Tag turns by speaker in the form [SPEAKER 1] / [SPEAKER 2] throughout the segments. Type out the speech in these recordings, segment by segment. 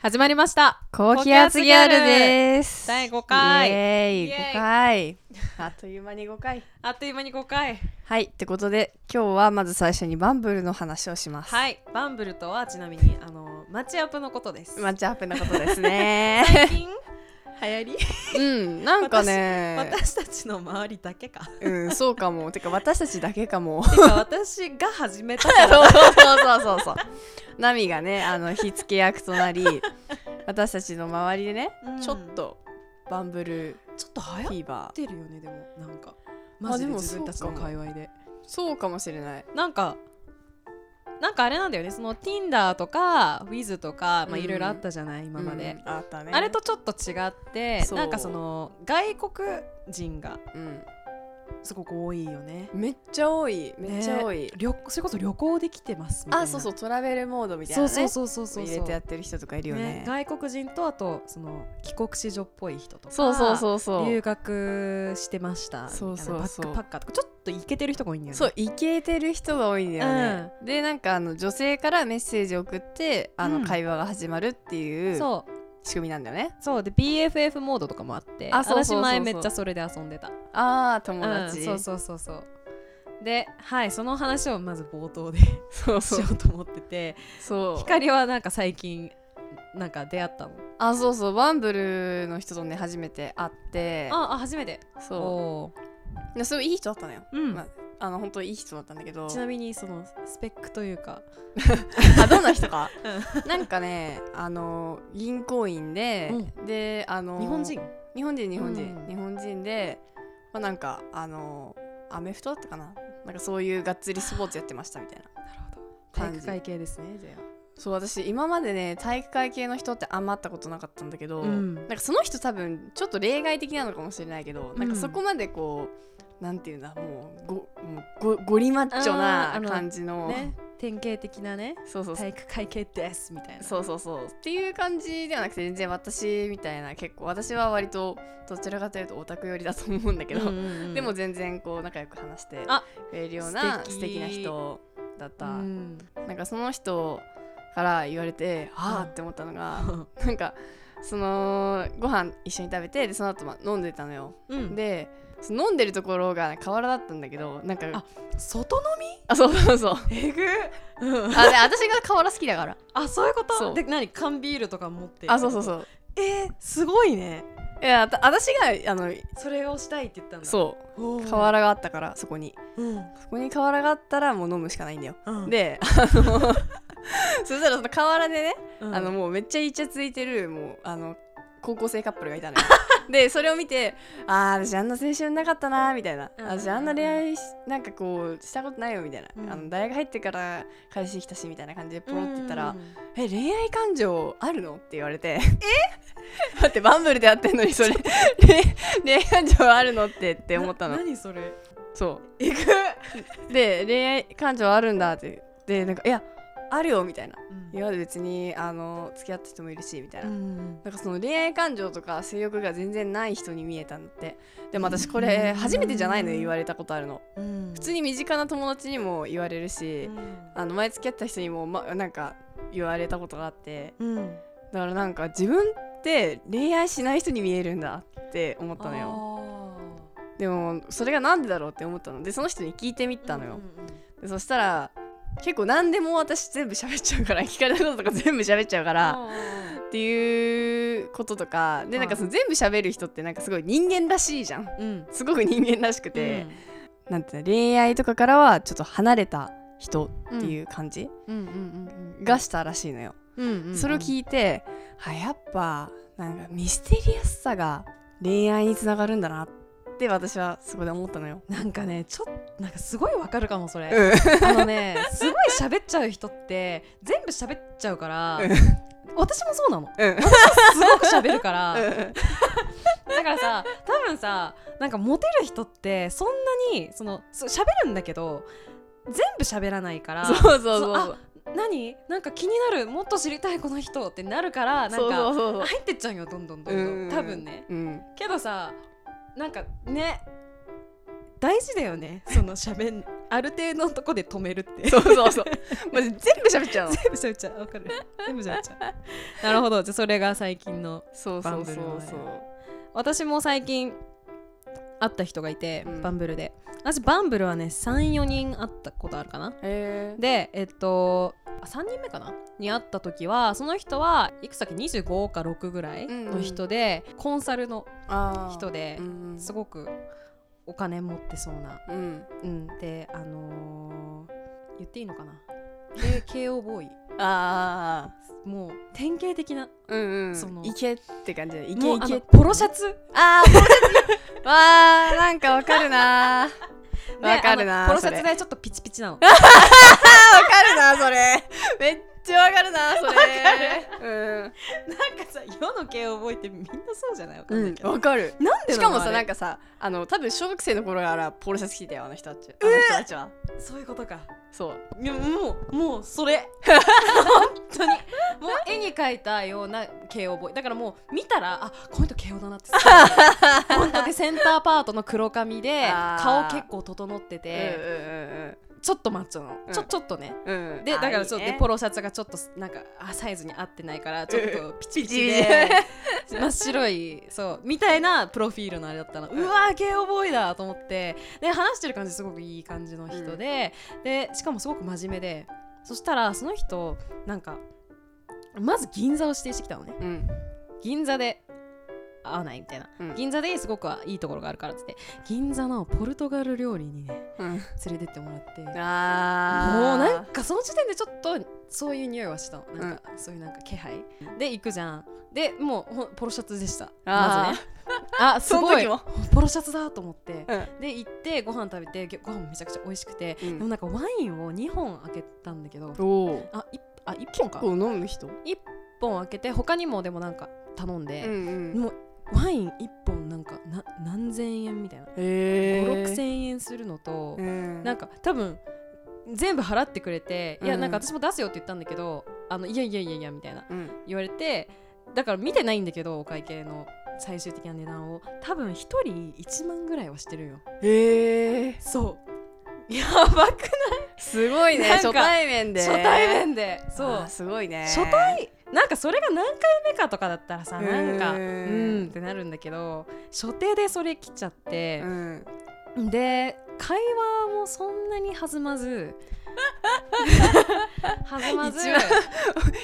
[SPEAKER 1] 始まりました
[SPEAKER 2] 高気圧ギャルです。
[SPEAKER 1] 第五回
[SPEAKER 2] イエーイ
[SPEAKER 1] イエーイ
[SPEAKER 2] 5回。 あっという間に5回。
[SPEAKER 1] あっという間に5回
[SPEAKER 2] はい、ってことで今日はまず最初にバンブルの話をします。
[SPEAKER 1] はいバンブルとはちなみにあのマッチアップのことです
[SPEAKER 2] マッチアップなことです ね。
[SPEAKER 1] 最近 流行り
[SPEAKER 2] うん、なんかね、
[SPEAKER 1] 私たちの周りだけか
[SPEAKER 2] うん、そうかも。てか私たちだけか も。
[SPEAKER 1] てか私が始めたか
[SPEAKER 2] そ
[SPEAKER 1] ら
[SPEAKER 2] うそうそうそうそう。ナミがね、あの火付け役となり、私たちの周りでね、
[SPEAKER 1] うん
[SPEAKER 2] ちょっとバンブル
[SPEAKER 1] ちょっと
[SPEAKER 2] フ
[SPEAKER 1] 流行っ
[SPEAKER 2] ィーバー。
[SPEAKER 1] てるよねでもなんか
[SPEAKER 2] あ
[SPEAKER 1] マジで
[SPEAKER 2] でも
[SPEAKER 1] 自分たち
[SPEAKER 2] そう
[SPEAKER 1] の
[SPEAKER 2] かも
[SPEAKER 1] 界隈で
[SPEAKER 2] そうかもしれない。
[SPEAKER 1] なんかなんかあれなんだよねその Tinder とか Wiz とかまあ
[SPEAKER 2] うん
[SPEAKER 1] いろいろあったじゃない今まで、
[SPEAKER 2] うんあったね。
[SPEAKER 1] あれとちょっと違って
[SPEAKER 2] そう
[SPEAKER 1] なんかその外国人が
[SPEAKER 2] うん。
[SPEAKER 1] すごく多いよね
[SPEAKER 2] めっちゃ多いめっちゃ多い、
[SPEAKER 1] 旅それこそ旅行できてますみたいな
[SPEAKER 2] あそうそううトラベルモードみたいな
[SPEAKER 1] そう
[SPEAKER 2] ね
[SPEAKER 1] そうそうそうそう
[SPEAKER 2] を入れてやってる人とかいるよね
[SPEAKER 1] ね外国人とあとその帰国子女っぽい人とか
[SPEAKER 2] そうそうそうそう
[SPEAKER 1] 留学してましたみたいな
[SPEAKER 2] そうそうそう
[SPEAKER 1] バックパッカーとかちょっとイケてる人が多いんだよね
[SPEAKER 2] そうイケてる人が多いんだよね、でなんかあの女性からメッセージを送ってあ
[SPEAKER 1] うん
[SPEAKER 2] の会話が始まるっていう
[SPEAKER 1] そう
[SPEAKER 2] 仕組みなんだよね、
[SPEAKER 1] そうで BFF モードとかもあって
[SPEAKER 2] あそうそうそうそう
[SPEAKER 1] 私前めっちゃそれで遊んでた
[SPEAKER 2] ああ友
[SPEAKER 1] うん
[SPEAKER 2] 達、
[SPEAKER 1] そうそうそうそうではいその話をまず冒頭で
[SPEAKER 2] そう
[SPEAKER 1] し
[SPEAKER 2] そう
[SPEAKER 1] ようと思ってて
[SPEAKER 2] そう
[SPEAKER 1] 光はなんか最近なんか出会ったの
[SPEAKER 2] あそうそうバンブルの人とね初めて会って
[SPEAKER 1] ああ初めて
[SPEAKER 2] そ
[SPEAKER 1] おー
[SPEAKER 2] うですごいいい人だったのよ、
[SPEAKER 1] うん
[SPEAKER 2] まああの本当いい人だったんだけど
[SPEAKER 1] ちなみにそのスペックというか
[SPEAKER 2] あどんな人かなんかねあの銀行員で、であの
[SPEAKER 1] 日本人
[SPEAKER 2] 日本人日本人、
[SPEAKER 1] うん
[SPEAKER 2] 日本人で、まあ、なんかあのアメフトだったかななんかそういうがっつりスポーツやってましたみたいな
[SPEAKER 1] 体育会系ですねじゃ
[SPEAKER 2] そう私今までね体育会系の人ってあんま会ったことなかったんだけど、
[SPEAKER 1] うん
[SPEAKER 2] なんかその人多分ちょっと例外的なのかもしれないけど、なんかそこまでこうなんていうんだもうごもうごゴリマッチョ
[SPEAKER 1] あーあ
[SPEAKER 2] な
[SPEAKER 1] の
[SPEAKER 2] 感じの
[SPEAKER 1] あね典型的なね
[SPEAKER 2] そうそうそう
[SPEAKER 1] 体育会系ですみたいな
[SPEAKER 2] そうそうそうっていう感じではなくて全然私みたいな結構私は割とどちらかというとオタク寄りだと思うんだけど、
[SPEAKER 1] うんうんうん
[SPEAKER 2] でも全然こう仲良く話して
[SPEAKER 1] あ
[SPEAKER 2] くれるような
[SPEAKER 1] 素
[SPEAKER 2] 素
[SPEAKER 1] 敵
[SPEAKER 2] 敵な人だった、
[SPEAKER 1] うん
[SPEAKER 2] なんかその人から言われてあ
[SPEAKER 1] うん
[SPEAKER 2] あって思ったのが、 なんかそのご飯一緒に食べてでその後ま飲んでたのよ、
[SPEAKER 1] うん
[SPEAKER 2] でその飲んでるところが河原だったんだけどなんか
[SPEAKER 1] あ
[SPEAKER 2] あ
[SPEAKER 1] 外飲
[SPEAKER 2] そうそうそう
[SPEAKER 1] みえぐうん
[SPEAKER 2] あで私が河原好きだから
[SPEAKER 1] あそういうこ
[SPEAKER 2] そ
[SPEAKER 1] と
[SPEAKER 2] う
[SPEAKER 1] で何缶ビールとか持っ て
[SPEAKER 2] あそうそうそうう
[SPEAKER 1] えーすごいね
[SPEAKER 2] いやあた私があの
[SPEAKER 1] それをしたいって言ったんだ
[SPEAKER 2] そう
[SPEAKER 1] おー
[SPEAKER 2] 河原があったからそこに
[SPEAKER 1] うん
[SPEAKER 2] そこに河原があったらもう飲むしかないんだよ、
[SPEAKER 1] うん
[SPEAKER 2] であの そしたらその河原でね、
[SPEAKER 1] うん
[SPEAKER 2] あのもうめっちゃイチャついてるもうあの高校生カップルがいたの よでそれを見てあー私あんな青春なかったなみたいな、
[SPEAKER 1] うん
[SPEAKER 2] 私あんな恋愛しなんかこうしたことないよみたいな、
[SPEAKER 1] うん
[SPEAKER 2] あの大学入ってから返してきたしみたいな感じでポロって言ったら、
[SPEAKER 1] うん
[SPEAKER 2] え恋愛感情あるのって言われ てえだってバンブルでやってんのにそれ恋愛感情あるのってって思ったの
[SPEAKER 1] な何それ
[SPEAKER 2] そう
[SPEAKER 1] えぐ
[SPEAKER 2] で恋愛感情あるんだってでなんか「いやあるよ」みたいな
[SPEAKER 1] うん
[SPEAKER 2] 今まで別にあの付き合った人もいるしみたいな、
[SPEAKER 1] うん
[SPEAKER 2] なんかその恋愛感情とか性欲が全然ない人に見えたんだってでも私これ初めてじゃないのよ言われたことあるの
[SPEAKER 1] うん
[SPEAKER 2] 普通に身近な友達にも言われるし、
[SPEAKER 1] う
[SPEAKER 2] あの前付き合った人にも、ま、なんか言われたことがあって
[SPEAKER 1] んうん
[SPEAKER 2] だからなんか自分って恋愛しない人に見えるんだって思ったのよ
[SPEAKER 1] あ
[SPEAKER 2] でもそれがなんでだろうって思ったのでその人に聞いてみ
[SPEAKER 1] ー
[SPEAKER 2] たのよ、
[SPEAKER 1] うんうんうん
[SPEAKER 2] でそしたら結構何でも私全部喋っちゃうから 聞かれたこととか全部喋っちゃうから、っていうこととかでなんかその全部喋る人ってなんかすごい人間らしいじゃん
[SPEAKER 1] うん
[SPEAKER 2] すごく人間らしくて、なんていうの恋愛とかからはちょっと離れた人っていう感じ
[SPEAKER 1] うんうんうん
[SPEAKER 2] がしたらしいのよ、
[SPEAKER 1] うんうんうん
[SPEAKER 2] それを聞いてあやっぱなんかミステリアスさが恋愛につながるんだなって私はそこで思ったの よ、
[SPEAKER 1] なんかねちょっとなんかすごいわかるかもそれ、
[SPEAKER 2] うん、
[SPEAKER 1] あのねすごい喋っちゃう人って全部喋っちゃうから、
[SPEAKER 2] うん
[SPEAKER 1] 私もそうなの
[SPEAKER 2] うん
[SPEAKER 1] すごく喋るから、だからさ多分さなんかモテる人ってそんなにそのそう喋るんだけど全部喋らないから
[SPEAKER 2] そうそうそう
[SPEAKER 1] そうあ何なんか気になるもっと知りたいこの人ってなるからなんか
[SPEAKER 2] そうそうそうそう
[SPEAKER 1] 入ってっちゃうよどんどんどんどん多分ね
[SPEAKER 2] うん
[SPEAKER 1] けどさなんかね大事だよねその喋ん ある程度のとこで止めるって
[SPEAKER 2] そうそうそうマ ジ全部喋っちゃうの
[SPEAKER 1] 全部しゃべっちゃうわかる全部しゃべっちゃうなるほどじゃあそれが最近の
[SPEAKER 2] そうそうそうそう
[SPEAKER 1] 私も最近会った人がいて、
[SPEAKER 2] うん
[SPEAKER 1] バンブルで私バンブルはね34人会ったことあるかな
[SPEAKER 2] へえ
[SPEAKER 1] でえっとあ3人目かなに会った時はその人はいくつだっけ25か6ぐらいの人で、コンサルの
[SPEAKER 2] あー
[SPEAKER 1] 人で
[SPEAKER 2] う、んうん
[SPEAKER 1] すごくお金持ってそうな、
[SPEAKER 2] うん
[SPEAKER 1] うん、であのー言っていいのかな K- KO ボーイ
[SPEAKER 2] あ
[SPEAKER 1] もう典型的な
[SPEAKER 2] あうんう
[SPEAKER 1] その
[SPEAKER 2] んいけって感じだいけ
[SPEAKER 1] もう
[SPEAKER 2] い
[SPEAKER 1] あ
[SPEAKER 2] け
[SPEAKER 1] のポロシャツ
[SPEAKER 2] あーポロシャ ツわーなんかわかるな
[SPEAKER 1] ね
[SPEAKER 2] わかるな
[SPEAKER 1] あのポロシ
[SPEAKER 2] そ
[SPEAKER 1] ャ
[SPEAKER 2] れ
[SPEAKER 1] ツでちょっとピチピチな の
[SPEAKER 2] わかるなそれめっちゃわかるなそれうん
[SPEAKER 1] なんかさ世の系を覚えてみんなそうじゃないわかん
[SPEAKER 2] う
[SPEAKER 1] ない
[SPEAKER 2] ん
[SPEAKER 1] けど、
[SPEAKER 2] わかる
[SPEAKER 1] なんで
[SPEAKER 2] し
[SPEAKER 1] な
[SPEAKER 2] か
[SPEAKER 1] の
[SPEAKER 2] もさ
[SPEAKER 1] あれ
[SPEAKER 2] なんかさあの多分小学生の頃からポロシャツ着てたよあの人たちあの人たちは、
[SPEAKER 1] そういうことか
[SPEAKER 2] そう
[SPEAKER 1] いやもうもうそれ本当にもう絵に描いたような慶応ボーイだからもう見たらあこの人慶応だなってすごい本当でセンターパートの黒髪で
[SPEAKER 2] あー
[SPEAKER 1] 顔結構整っててちょっとマッチョの、ちょ
[SPEAKER 2] うん
[SPEAKER 1] ちょっとね
[SPEAKER 2] うんうん
[SPEAKER 1] でだからちょっとでポ
[SPEAKER 2] ロ
[SPEAKER 1] ロシャツがちょっとなんかあサイズに合ってないからちょっとピチピチ
[SPEAKER 2] ピ
[SPEAKER 1] で 真っ白いそうみたいなプロフィールのあれだったのうわー慶応ボーイだと思ってで話してる感じすごくいい感じの人で、でしかもすごく真面目でそしたらその人なんかまず銀座を指定してきたのね
[SPEAKER 2] うん
[SPEAKER 1] 銀座で合わないみたいな
[SPEAKER 2] うん
[SPEAKER 1] 銀座ですごくいいところがあるからっつって銀座のポルトガル料理にね
[SPEAKER 2] うん
[SPEAKER 1] 連れてってもらって
[SPEAKER 2] あー
[SPEAKER 1] もうなんかその時点でちょっとそういう匂いはしたのなんか、そういうなんか気配で行くじゃんでもうほんポロシャツでした
[SPEAKER 2] あー
[SPEAKER 1] まずねあす
[SPEAKER 2] その
[SPEAKER 1] ごい
[SPEAKER 2] 時も
[SPEAKER 1] ポロシャツだと思って
[SPEAKER 2] うん
[SPEAKER 1] で行ってご飯食べてげご飯めちゃくちゃ美味しくて、
[SPEAKER 2] うん
[SPEAKER 1] でもなんかワインを2本開けたんだけど
[SPEAKER 2] おお
[SPEAKER 1] あ一あ一本か
[SPEAKER 2] こう飲む人
[SPEAKER 1] 1本開けて他にもでもなんか頼ん
[SPEAKER 2] う
[SPEAKER 1] で、
[SPEAKER 2] ん
[SPEAKER 1] もうワイン1本なんかな何千円みたいな
[SPEAKER 2] へ
[SPEAKER 1] 5 6千円するのと、
[SPEAKER 2] 円
[SPEAKER 1] なんか多分全部払ってくれて、いや
[SPEAKER 2] うん
[SPEAKER 1] なんか私も出すよって言ったんだけどあのいやいやいやいやみたいな
[SPEAKER 2] うん
[SPEAKER 1] 言われてだから見てないんだけどお会計の最終的な値段を多分1人1万ぐらいはしてるよ
[SPEAKER 2] へえ
[SPEAKER 1] そうやばく
[SPEAKER 2] すごいね
[SPEAKER 1] なんか
[SPEAKER 2] 初対面で
[SPEAKER 1] 初対面でそ
[SPEAKER 2] あ
[SPEAKER 1] う
[SPEAKER 2] ーすごいね
[SPEAKER 1] 初対なんかそれが何回目かとかだったらさなんか
[SPEAKER 2] う
[SPEAKER 1] うんんってなるんだけど初手でそれ来ちゃって、
[SPEAKER 2] うん
[SPEAKER 1] で会話もそんなに弾ま ず弾まず
[SPEAKER 2] 一番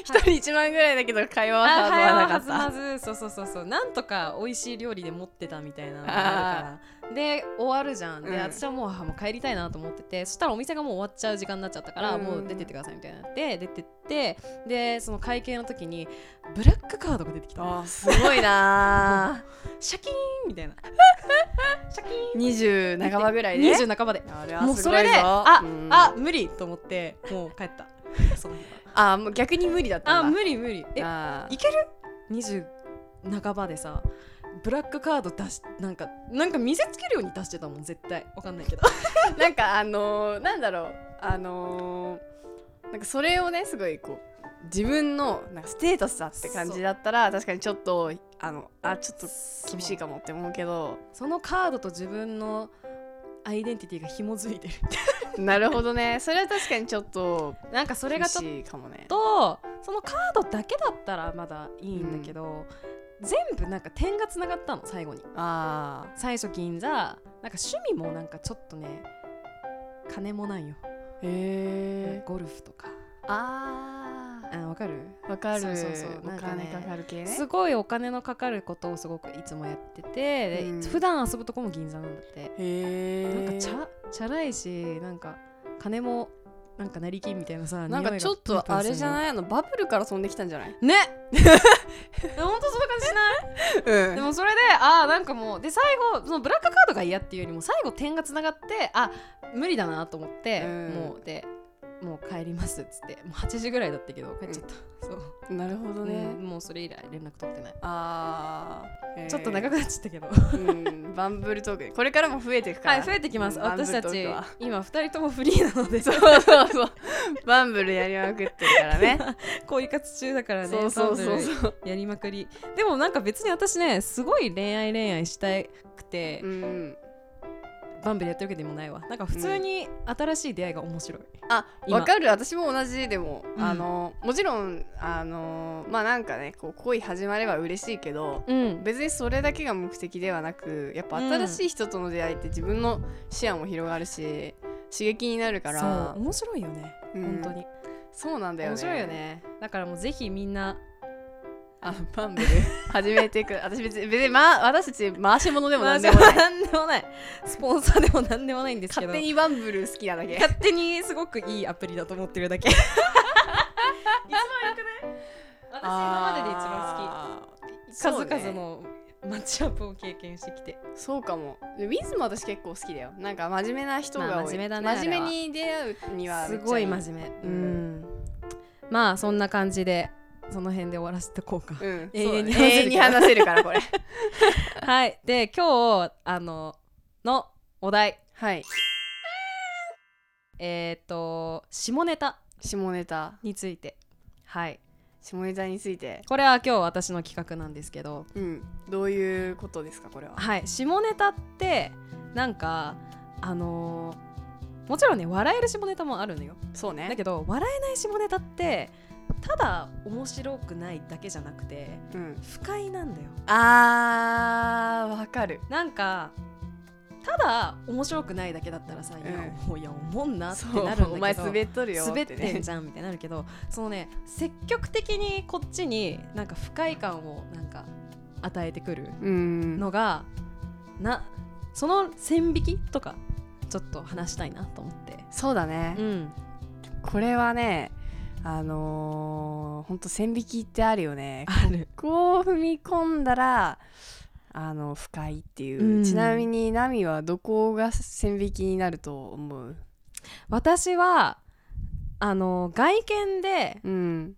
[SPEAKER 2] 一人一万ぐらいだけど会話は
[SPEAKER 1] あ会
[SPEAKER 2] 弾ま
[SPEAKER 1] 話
[SPEAKER 2] なか
[SPEAKER 1] は
[SPEAKER 2] った
[SPEAKER 1] 弾まずそうそうそうそうなんとか美味しい料理で持ってたみたいなのがあるからで終わるじゃんで、
[SPEAKER 2] うん
[SPEAKER 1] 私はもうあもう帰りたいなと思っててそしたらお店がもう終わっちゃう時間になっちゃったから、
[SPEAKER 2] うん
[SPEAKER 1] もう出てってくださいみたいになって出てってでその会計の時にブラックカードが出てきた
[SPEAKER 2] あーすごいな
[SPEAKER 1] シャキーンみたいなシャキ ーン
[SPEAKER 2] 二十半ばぐらいで
[SPEAKER 1] 20半ばで
[SPEAKER 2] あれは
[SPEAKER 1] もう
[SPEAKER 2] す
[SPEAKER 1] そ
[SPEAKER 2] ごい
[SPEAKER 1] れ
[SPEAKER 2] ぞ
[SPEAKER 1] であ、
[SPEAKER 2] うん
[SPEAKER 1] あ無理と思ってもう 帰ったその日は
[SPEAKER 2] あもう逆に無理だった
[SPEAKER 1] あ
[SPEAKER 2] んだ
[SPEAKER 1] 無理無理え
[SPEAKER 2] あー
[SPEAKER 1] いける ?20 半ばでさブラックカード出しなんかなんか見せつけるように出してたもん絶対わかんないけ ど
[SPEAKER 2] なんかあのー、なんだろうあのー、なんかそれをねすごいこう自分のなんかステータスだって感じだったら確かにちょっとあのあちょっと厳しいかもって思うけ ど
[SPEAKER 1] そのカードと自分のアイデンティティが紐づいてる
[SPEAKER 2] なるほどねそれは確かにちょっと
[SPEAKER 1] なんかそれ
[SPEAKER 2] 厳
[SPEAKER 1] がちょっ
[SPEAKER 2] しいかもね
[SPEAKER 1] とそのカードだけだったらまだいいんだけど、全部なんか点がつながったの最後に
[SPEAKER 2] あ
[SPEAKER 1] 最初銀座なんか趣味もなんかちょっとね金もないよ、
[SPEAKER 2] ーへえ
[SPEAKER 1] ゴルフとか
[SPEAKER 2] あ
[SPEAKER 1] あわかる
[SPEAKER 2] ーわかる
[SPEAKER 1] そうそうそう
[SPEAKER 2] お
[SPEAKER 1] なんか
[SPEAKER 2] 金
[SPEAKER 1] ね
[SPEAKER 2] かかる系ね
[SPEAKER 1] すごいお金のかかることをすごくいつもやってて、で
[SPEAKER 2] うん
[SPEAKER 1] 普段遊ぶとこも銀座なんだって、
[SPEAKER 2] へえ
[SPEAKER 1] なんかチャチャラいしなんか金もなんか成金みたいなさ
[SPEAKER 2] なんかちょっとあれじゃ
[SPEAKER 1] い
[SPEAKER 2] ないあのバブルから飛んできたんじゃない
[SPEAKER 1] ねほんとそんな感じしない
[SPEAKER 2] うん
[SPEAKER 1] でもそれでああなんかもうで最後そのブラックカードが嫌っていうよりも最後点がつながってあ無理だなと思って、
[SPEAKER 2] うん
[SPEAKER 1] もうでもう帰りますっつってもう8時ぐらいだったけど帰っちゃった、そう、
[SPEAKER 2] なるほどね、
[SPEAKER 1] うんもうそれ以来連絡取ってない、
[SPEAKER 2] あーへー
[SPEAKER 1] ちょっと長くなっちゃったけど
[SPEAKER 2] うんバンブルトークねこれからも増えていくか
[SPEAKER 1] は
[SPEAKER 2] ら。
[SPEAKER 1] い、増えてきます。
[SPEAKER 2] うんバンブル
[SPEAKER 1] 私た
[SPEAKER 2] トー
[SPEAKER 1] ち
[SPEAKER 2] クは、
[SPEAKER 1] 今、二人ともフリーなの で、
[SPEAKER 2] そうそうそう。バンブルやりまくってるから ね。
[SPEAKER 1] 恋活中だからね、
[SPEAKER 2] そうそうそう
[SPEAKER 1] バン
[SPEAKER 2] そう。
[SPEAKER 1] ブルやりまくり。でも、なんか別に私ね、すごい恋愛恋愛したくて
[SPEAKER 2] う、ん。
[SPEAKER 1] バンブでやってるわけでもないわなんか普通に新しい出会いが面白い、
[SPEAKER 2] あ
[SPEAKER 1] 今
[SPEAKER 2] わかる私も同じでも、
[SPEAKER 1] うん
[SPEAKER 2] あのもちろんあのまあなんかねこう恋始まれば嬉しいけど
[SPEAKER 1] うん、
[SPEAKER 2] 別にそれだけが目的ではなくやっぱ新しい人との出会いって自分の視野も広がるし刺激になるか
[SPEAKER 1] そ
[SPEAKER 2] ら
[SPEAKER 1] う面白いよね、
[SPEAKER 2] うん
[SPEAKER 1] 本当に
[SPEAKER 2] そうなんだよね
[SPEAKER 1] 面白いよねだからもうぜひみんな
[SPEAKER 2] あバンブル始めてく私別に別に、ま、私たち回し物でも
[SPEAKER 1] まあ
[SPEAKER 2] 何
[SPEAKER 1] で
[SPEAKER 2] でも
[SPEAKER 1] も
[SPEAKER 2] ない
[SPEAKER 1] なんでもないスポンサーでもなんでもないんですけど
[SPEAKER 2] 勝手にバンブル好きなだ け
[SPEAKER 1] 勝手にすごくいいアプリだと思ってるだけ一番良くない私今までで一番好き
[SPEAKER 2] そうね
[SPEAKER 1] 数々のマッチアップを経験してきて
[SPEAKER 2] そうかもでウィズも私結構好きだよなんか真面目な人が多い、
[SPEAKER 1] まあ真面目だね
[SPEAKER 2] 真面目に出会うにはめ
[SPEAKER 1] す
[SPEAKER 2] っちゃ
[SPEAKER 1] ごい真面目
[SPEAKER 2] う
[SPEAKER 1] うんんまあそんな感じでその辺で終わらせてこうか
[SPEAKER 2] うん、
[SPEAKER 1] 永遠に
[SPEAKER 2] そうだね永遠に話せるからこれ
[SPEAKER 1] はいで今日あののお題
[SPEAKER 2] はい
[SPEAKER 1] えっ、と下ネタ
[SPEAKER 2] 下ネタ
[SPEAKER 1] についてはい
[SPEAKER 2] 下ネタについて
[SPEAKER 1] これは今日私の企画なんですけど
[SPEAKER 2] うんどういうことですかこれは
[SPEAKER 1] はい下ネタってなんかあのーもちろんね笑える下ネタもあるのよ
[SPEAKER 2] そう
[SPEAKER 1] だ
[SPEAKER 2] ね
[SPEAKER 1] けど笑えない下ネタってただ面白くないだけじゃなくて
[SPEAKER 2] うん
[SPEAKER 1] 不快なんだよ
[SPEAKER 2] あーわかる
[SPEAKER 1] なんかただ面白くないだけだったらさ、いや
[SPEAKER 2] うん
[SPEAKER 1] もういやおもんなって
[SPEAKER 2] そう
[SPEAKER 1] なるんだけど
[SPEAKER 2] お前滑っとるよ
[SPEAKER 1] 滑って
[SPEAKER 2] ね
[SPEAKER 1] んじゃんみたいになるけどそのね積極的にこっちになんか不快感をなんか与えてくる
[SPEAKER 2] うん
[SPEAKER 1] のがなその線引きとかちょっと話したいなと思って。
[SPEAKER 2] そうだね
[SPEAKER 1] う、ん、
[SPEAKER 2] これはねあのー、ほんと線引きってあるよね
[SPEAKER 1] ある
[SPEAKER 2] こう踏み込んだらあの不快っていう、
[SPEAKER 1] うん
[SPEAKER 2] ちなみにナミはどこが線引きになると思う
[SPEAKER 1] 私はあの外見で
[SPEAKER 2] うん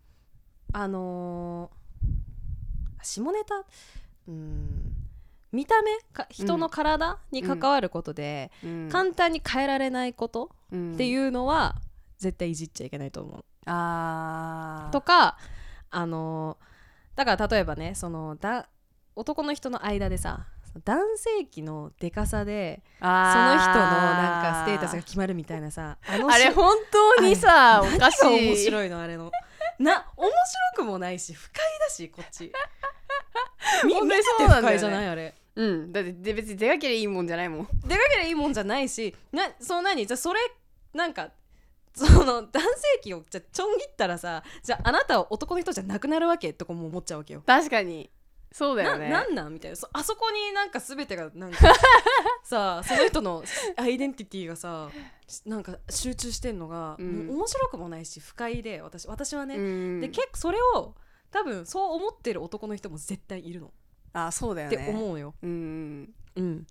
[SPEAKER 1] あのー下ネタうん見た目か人の体に関わることで、
[SPEAKER 2] うん
[SPEAKER 1] 簡単に変えられないことって
[SPEAKER 2] うん
[SPEAKER 1] いうのは、絶対いじっちゃいけないと思う。
[SPEAKER 2] あー
[SPEAKER 1] とかあのーだから例えばねそのだ男の人の間でさ男性器のでかさでその人の
[SPEAKER 2] あー
[SPEAKER 1] なんかステータスが決まるみたいなさあの
[SPEAKER 2] あれ本当にさお
[SPEAKER 1] 何
[SPEAKER 2] かしい
[SPEAKER 1] が面白いのあれのな面白くもないし不快だしこ っちみ
[SPEAKER 2] 本当
[SPEAKER 1] 見
[SPEAKER 2] に
[SPEAKER 1] て
[SPEAKER 2] そ
[SPEAKER 1] て
[SPEAKER 2] うなんだよね
[SPEAKER 1] 不快じゃない、あれ
[SPEAKER 2] うんだってで別に出かけりゃいいもんじゃないもん
[SPEAKER 1] 出かけりゃいいもんじゃないしなそう何じゃあそれなんかその男性器をじゃあちょん切ったらさじゃああなたは男の人じゃなくなるわけとかも思っちゃうわけよ
[SPEAKER 2] 確かにそうだよね
[SPEAKER 1] ななんなんみたいなそあそこになんか全てがな んかさあその人のアイデンティティがさしなんか集中してんのが、
[SPEAKER 2] うん
[SPEAKER 1] もう面白くもないし不快で私私はね、
[SPEAKER 2] うん
[SPEAKER 1] で結構それを多分そう思ってる男の人も絶対いるの、
[SPEAKER 2] あそうだよ
[SPEAKER 1] っ
[SPEAKER 2] ね
[SPEAKER 1] て思うよ。
[SPEAKER 2] うん
[SPEAKER 1] うん、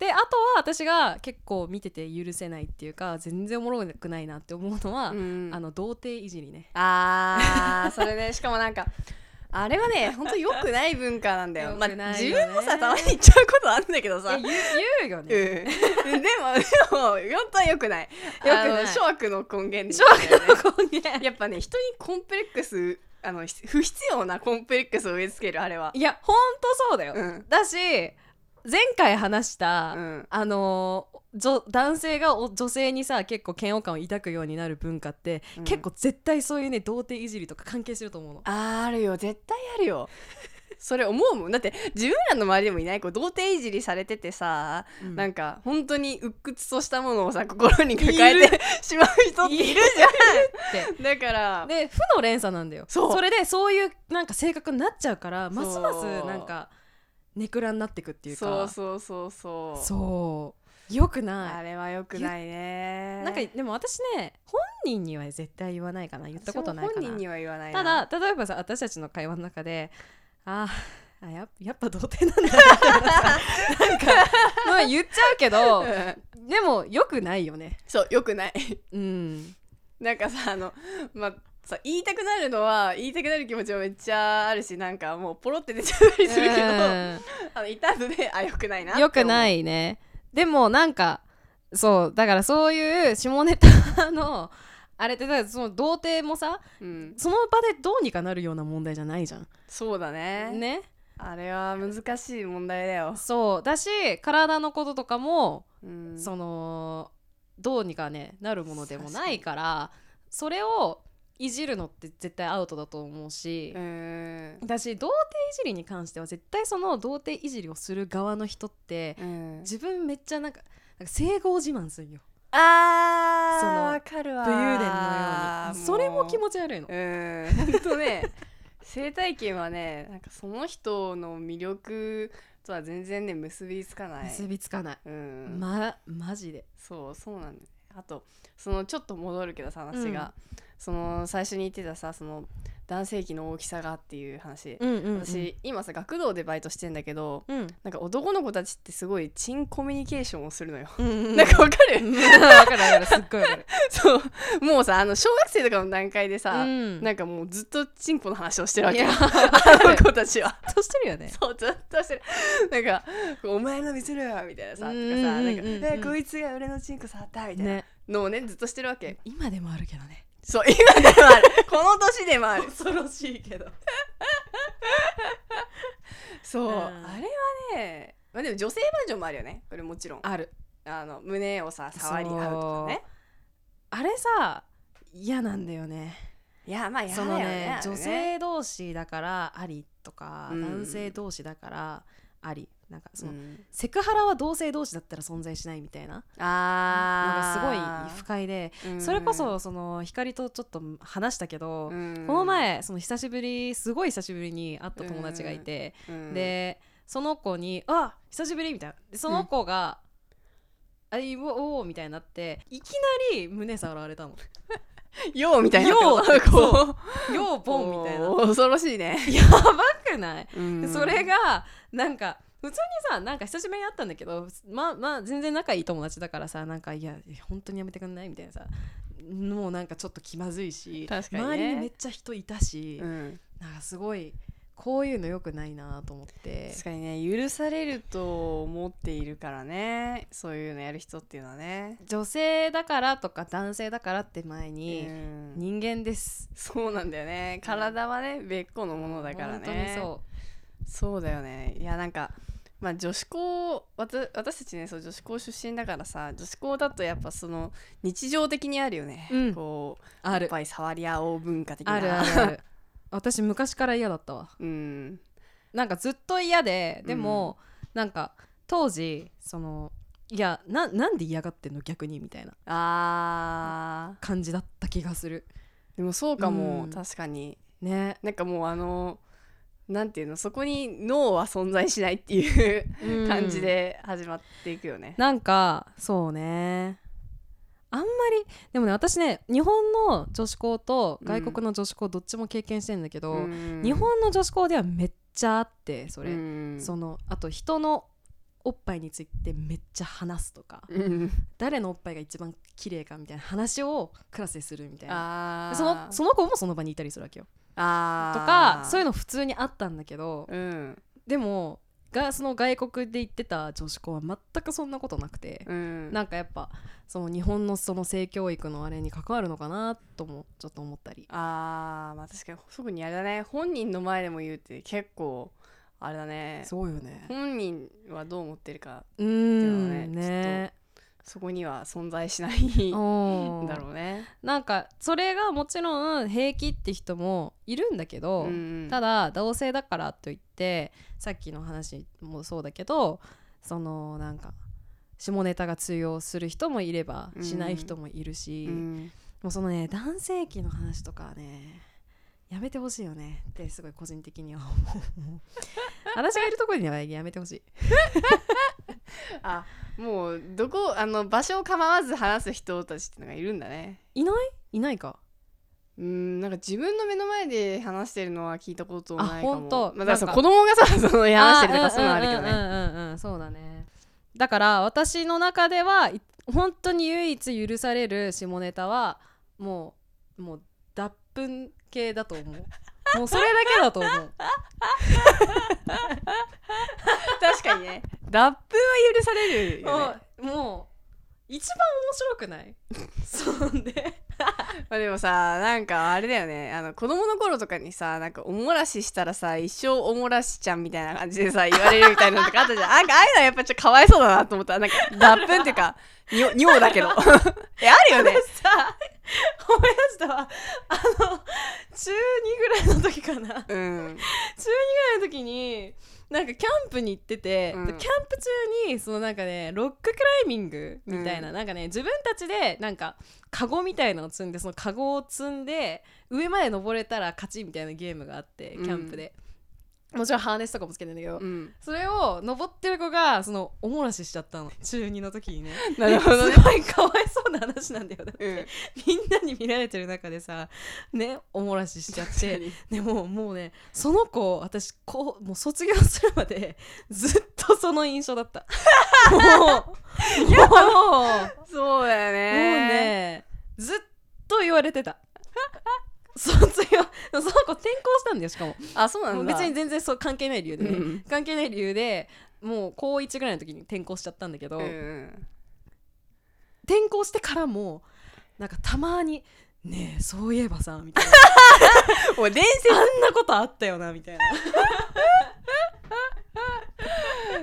[SPEAKER 1] であとは私が結構見てて許せないっていうか全然おもろくないなって思うのは、
[SPEAKER 2] うん
[SPEAKER 1] あの童貞いじりね。
[SPEAKER 2] あーそれねしかもなんかあれはね本当良くない文化なんだよ
[SPEAKER 1] 良く
[SPEAKER 2] ま
[SPEAKER 1] な
[SPEAKER 2] あ
[SPEAKER 1] いよね
[SPEAKER 2] 自分もさたまに言っちゃうことあるんだけど
[SPEAKER 1] い
[SPEAKER 2] さ
[SPEAKER 1] や
[SPEAKER 2] うん
[SPEAKER 1] 言う言うよね。
[SPEAKER 2] でもでも本当は良くない
[SPEAKER 1] 良くない
[SPEAKER 2] あの諸悪の根源
[SPEAKER 1] 小
[SPEAKER 2] だよね
[SPEAKER 1] 学校にね
[SPEAKER 2] やっぱね人にコンプレックスあのひ不必要なコンプレックスを植え付けるあれはい
[SPEAKER 1] やほんとそうだよ。
[SPEAKER 2] うん
[SPEAKER 1] だし前回話した、
[SPEAKER 2] うん
[SPEAKER 1] あのーじょ男性がお女性にさ結構嫌悪感を抱くようになる文化って、
[SPEAKER 2] うん
[SPEAKER 1] 結構絶対そういうね童貞いじりとか関係してると思うの。
[SPEAKER 2] あるよ絶対ある よそれ思うもんだって自分らの周りでもいない子童貞いじりされててさ、
[SPEAKER 1] うん
[SPEAKER 2] なんか本当に鬱屈としたものをさ心に抱えて しまう人っているじゃん
[SPEAKER 1] って
[SPEAKER 2] だから
[SPEAKER 1] で負の連鎖なんだよ
[SPEAKER 2] そう
[SPEAKER 1] れでそういうなんか性格になっちゃうから
[SPEAKER 2] そ
[SPEAKER 1] ま
[SPEAKER 2] う
[SPEAKER 1] すますなんかネクラになってくっていう
[SPEAKER 2] そう
[SPEAKER 1] か
[SPEAKER 2] そうそうそう
[SPEAKER 1] そうよく
[SPEAKER 2] あ
[SPEAKER 1] な
[SPEAKER 2] れはよくないね
[SPEAKER 1] いなんかでも私ね本人には絶対言わないかな言ったことないか
[SPEAKER 2] 私
[SPEAKER 1] な
[SPEAKER 2] も本人には言わないな
[SPEAKER 1] ただ例えばさ私たちの会話の中であーあやっやっぱ童貞なんだみたいなさなんか、まあ、言っちゃうけど
[SPEAKER 2] うん
[SPEAKER 1] でもよくないよね
[SPEAKER 2] そうよくない
[SPEAKER 1] うん
[SPEAKER 2] なんかさあのまあさ言いたくなるのは言いたくなる気持ちもめっちゃあるしなんかもうポロって出ちゃったりするけど、あの痛むであよくないなって思う
[SPEAKER 1] よくないねでもなんかそうだからそういう下ネタのあれってだからその童貞もさ
[SPEAKER 2] うん、
[SPEAKER 1] その場でどうにかなるような問題じゃないじゃん
[SPEAKER 2] そうだね
[SPEAKER 1] ね
[SPEAKER 2] あれは難しい問題だよ
[SPEAKER 1] そうだし体のこととかも
[SPEAKER 2] うん
[SPEAKER 1] そのどうにかねなるものでもないからそれをいじるのって絶対アウトだと思うし、
[SPEAKER 2] うん
[SPEAKER 1] 私童貞いじりに関しては絶対その童貞いじりをする側の人って
[SPEAKER 2] うん
[SPEAKER 1] 自分めっちゃなんかなんか整合自慢するよ
[SPEAKER 2] あー
[SPEAKER 1] その
[SPEAKER 2] わかるわ
[SPEAKER 1] 武勇伝のようにそれも気
[SPEAKER 2] ち
[SPEAKER 1] 持ち悪いの
[SPEAKER 2] うん 本当ね生態系はねなんかその人の魅力とは全然ね結びつかない
[SPEAKER 1] 結びつかない、
[SPEAKER 2] うん、
[SPEAKER 1] まマジで
[SPEAKER 2] そうそうなんだよねあとそのちょっと戻るけどさ話が、その最初に言ってたさその男性器の大きさがっていう話、
[SPEAKER 1] うんうん、
[SPEAKER 2] 私今さ学童でバイトしてんだけど
[SPEAKER 1] うん
[SPEAKER 2] なんか男の子たちってすごいチンコミュニケーションをするのよ、
[SPEAKER 1] う ん
[SPEAKER 2] なんかわか
[SPEAKER 1] う
[SPEAKER 2] る
[SPEAKER 1] んわかるわかるすっごいわかる
[SPEAKER 2] そうもうさあの小学生とかの段階でさ、
[SPEAKER 1] うん
[SPEAKER 2] なんかもうずっとチンコの話をしてるわけ
[SPEAKER 1] いや
[SPEAKER 2] あの子たちは
[SPEAKER 1] としてるよね
[SPEAKER 2] そうずっとしてるなんか「お前の見せろよ」みたいなさとかさ「
[SPEAKER 1] うん
[SPEAKER 2] な
[SPEAKER 1] うん
[SPEAKER 2] ん
[SPEAKER 1] う
[SPEAKER 2] か
[SPEAKER 1] んうん
[SPEAKER 2] えこいつが俺のチンコ触った」みたいな
[SPEAKER 1] ね
[SPEAKER 2] のをねずっとしてるわけ
[SPEAKER 1] 今でもあるけどね
[SPEAKER 2] そう今でも あるこの年でも ある
[SPEAKER 1] 恐ろしいけど
[SPEAKER 2] そう
[SPEAKER 1] うん
[SPEAKER 2] あれはねまあでも女性バージョンもあるよねこれもちろん
[SPEAKER 1] ある
[SPEAKER 2] あの胸をさ触り合うとかね
[SPEAKER 1] あれさ嫌なんだよね
[SPEAKER 2] いやまあやだ
[SPEAKER 1] そ
[SPEAKER 2] よ
[SPEAKER 1] の
[SPEAKER 2] ね
[SPEAKER 1] ね
[SPEAKER 2] あれね
[SPEAKER 1] 女性同士だからありとか、
[SPEAKER 2] うん
[SPEAKER 1] 男性同士だからありなんかその、
[SPEAKER 2] うん
[SPEAKER 1] セクハラは同性同士だったら存在しないみたいななん
[SPEAKER 2] あ
[SPEAKER 1] かすごい不
[SPEAKER 2] か
[SPEAKER 1] 快で、
[SPEAKER 2] すごい
[SPEAKER 1] それこそその光とちょっと話したけ
[SPEAKER 2] こ
[SPEAKER 1] ど、この
[SPEAKER 2] の、
[SPEAKER 1] 前その久しぶりすごい久しぶりに会った友達がいて、
[SPEAKER 2] うん、
[SPEAKER 1] でその子に「あ久しぶり」みたいなでその子が「あいおお」みたいになっていきなり胸触られたの「
[SPEAKER 2] ようみたいな
[SPEAKER 1] よ う
[SPEAKER 2] こ
[SPEAKER 1] よう
[SPEAKER 2] う
[SPEAKER 1] ボン」みたいな
[SPEAKER 2] おー恐ろしいね、
[SPEAKER 1] やばくない、で
[SPEAKER 2] そ
[SPEAKER 1] そ
[SPEAKER 2] れ
[SPEAKER 1] れがなんか普通にさなんか久しぶりに会ったんだけどまあまあ全然仲いい友達だからさなんかいや本当にやめてくんないみたいなさもうなんかちょっと気まずいし
[SPEAKER 2] 確かにね
[SPEAKER 1] 周りにめっちゃ人いたし、
[SPEAKER 2] うん、
[SPEAKER 1] なんかすごいこういうのよくないなと思って
[SPEAKER 2] 確かにね許されると思っているからねそういうのやる人っていうのはね、
[SPEAKER 1] 女性だからとか男性だからって前に、
[SPEAKER 2] うん
[SPEAKER 1] 人間です
[SPEAKER 2] そうなんだよね体はね別個のものだからね
[SPEAKER 1] 本
[SPEAKER 2] そうだよねいやなんかまあ女子校わた私たちねそう女子校出身だからさ女子校だとやっぱその日常的にあるよね、
[SPEAKER 1] うん
[SPEAKER 2] こう
[SPEAKER 1] 当にそうあ
[SPEAKER 2] いっ
[SPEAKER 1] る
[SPEAKER 2] ぱい触り合おう文化的な
[SPEAKER 1] あるあるある私昔から嫌だったわ
[SPEAKER 2] うん
[SPEAKER 1] なんかずっと嫌ででも、なんか当時そのいやななんで嫌がってんの逆にみたいな
[SPEAKER 2] あー
[SPEAKER 1] 感じだった気がする
[SPEAKER 2] でもそうかも、
[SPEAKER 1] うん
[SPEAKER 2] 確かに
[SPEAKER 1] ね
[SPEAKER 2] なんかもうあのなんていうのそこに脳は存在しないっていう
[SPEAKER 1] うん
[SPEAKER 2] 感じで始まっていくよね。
[SPEAKER 1] なんかそうねあんまりでもね私ね日本の女子校と外国の女子校どっちも経験してんだけど、
[SPEAKER 2] うん
[SPEAKER 1] 日本の女子校ではめっちゃあってそれ、
[SPEAKER 2] うん
[SPEAKER 1] そのあと人のおっぱいについてめっちゃ話すとか
[SPEAKER 2] うん
[SPEAKER 1] 誰のおっぱいが一番綺麗かみたいな話をクラスでするみたい
[SPEAKER 2] あ
[SPEAKER 1] な
[SPEAKER 2] ー
[SPEAKER 1] そのその子もその場にいたりするわけよと
[SPEAKER 2] あー
[SPEAKER 1] かそういうの普通にあったんだけど
[SPEAKER 2] うん
[SPEAKER 1] でもがその外国で行ってた女子校は全くそんなことなくて、
[SPEAKER 2] うん
[SPEAKER 1] なんかやっぱその日本のその性教育のあれに関わるのかなともちょっと思ったり
[SPEAKER 2] あーまあ確かに特にあれだね本人の前でも言うって結構あれだね
[SPEAKER 1] そうよね
[SPEAKER 2] 本人はどう思ってるか
[SPEAKER 1] うー
[SPEAKER 2] で
[SPEAKER 1] ん
[SPEAKER 2] もね
[SPEAKER 1] ね
[SPEAKER 2] そこには存在しないん
[SPEAKER 1] う ん
[SPEAKER 2] だろうね。
[SPEAKER 1] なんかそれがもちろん平気って人もいるんだけど、た
[SPEAKER 2] だ
[SPEAKER 1] だ同性だからといってさっきの話もそうだけどそのなんか下ネタが通用する人もいれば
[SPEAKER 2] うん
[SPEAKER 1] しない人もいるし、
[SPEAKER 2] うん
[SPEAKER 1] もうそのね男性器の話とかはねやめてほしいよねってすごい個人的に は思う私がいるところにはやめてほしい
[SPEAKER 2] あもうどこあの場所を構わず話す人たちってのがいるんだね
[SPEAKER 1] いないいないか
[SPEAKER 2] うんなんか自分の目の前で話してるのは聞いたことないかも
[SPEAKER 1] あほんと
[SPEAKER 2] まあ、だからその
[SPEAKER 1] なん
[SPEAKER 2] 子
[SPEAKER 1] か
[SPEAKER 2] 供がさその話してるとかそういうのはあるけど
[SPEAKER 1] うん
[SPEAKER 2] ね
[SPEAKER 1] うんうんうんうんそうだねだから私の中ではい本当に唯一許される下ネタはもうもう脱粉系だと 思うもうそれだけだと思う
[SPEAKER 2] 確かにね脱粉は許されるよね
[SPEAKER 1] もうも一番面白くない そん で
[SPEAKER 2] まあでもさなんかあれだよねあの子供の頃とかにさなんかおもらししたらさ一生おもらしちゃんみたいな感じでさ言われるみたいなのとかあったじゃんなんかああいうのはやっぱちょっとかわいそうだなと思ったなんか脱粉っていうかにょ尿だけ どえあるよね
[SPEAKER 1] さ思い出したわあの中2ぐらいの時かな中2ぐら
[SPEAKER 2] うん
[SPEAKER 1] いの時になんかキャンプに行ってて、
[SPEAKER 2] うん
[SPEAKER 1] キャンプ中にそのなんかねロッククライミングみたいな、
[SPEAKER 2] うん
[SPEAKER 1] なんかね自分たちでなんかカゴみたいなのを積んでそのカゴを積んで上まで登れたら勝ちみたいなゲームがあってキャンプで、もちろんハーネスとかもつけてんだけど、
[SPEAKER 2] うん
[SPEAKER 1] それを登ってる子がそのおもらししちゃったの中2の時にね
[SPEAKER 2] なるほどね
[SPEAKER 1] すごいかわいそうな話なんだよだって
[SPEAKER 2] うん
[SPEAKER 1] みんなに見られてる中でさねおもらししちゃっ
[SPEAKER 2] 確か
[SPEAKER 1] て
[SPEAKER 2] に
[SPEAKER 1] でももうねその子私こうもう卒業するまで ずっとその印象だった もうもうも
[SPEAKER 2] そうだよ
[SPEAKER 1] う
[SPEAKER 2] ね
[SPEAKER 1] ねずっと言われてた 卒業その子転校したんだよしかも
[SPEAKER 2] あそうな
[SPEAKER 1] もうん
[SPEAKER 2] だ
[SPEAKER 1] 別に全然そう関係ない理由でね、
[SPEAKER 2] うん
[SPEAKER 1] 関係ない理由でもう高1ぐらいの時に転校しちゃったんだけど、
[SPEAKER 2] うんうん
[SPEAKER 1] 転校してからもなんかたまに「ねえそういえばさ」みたいな
[SPEAKER 2] もう伝
[SPEAKER 1] あんなことあったよなみたいな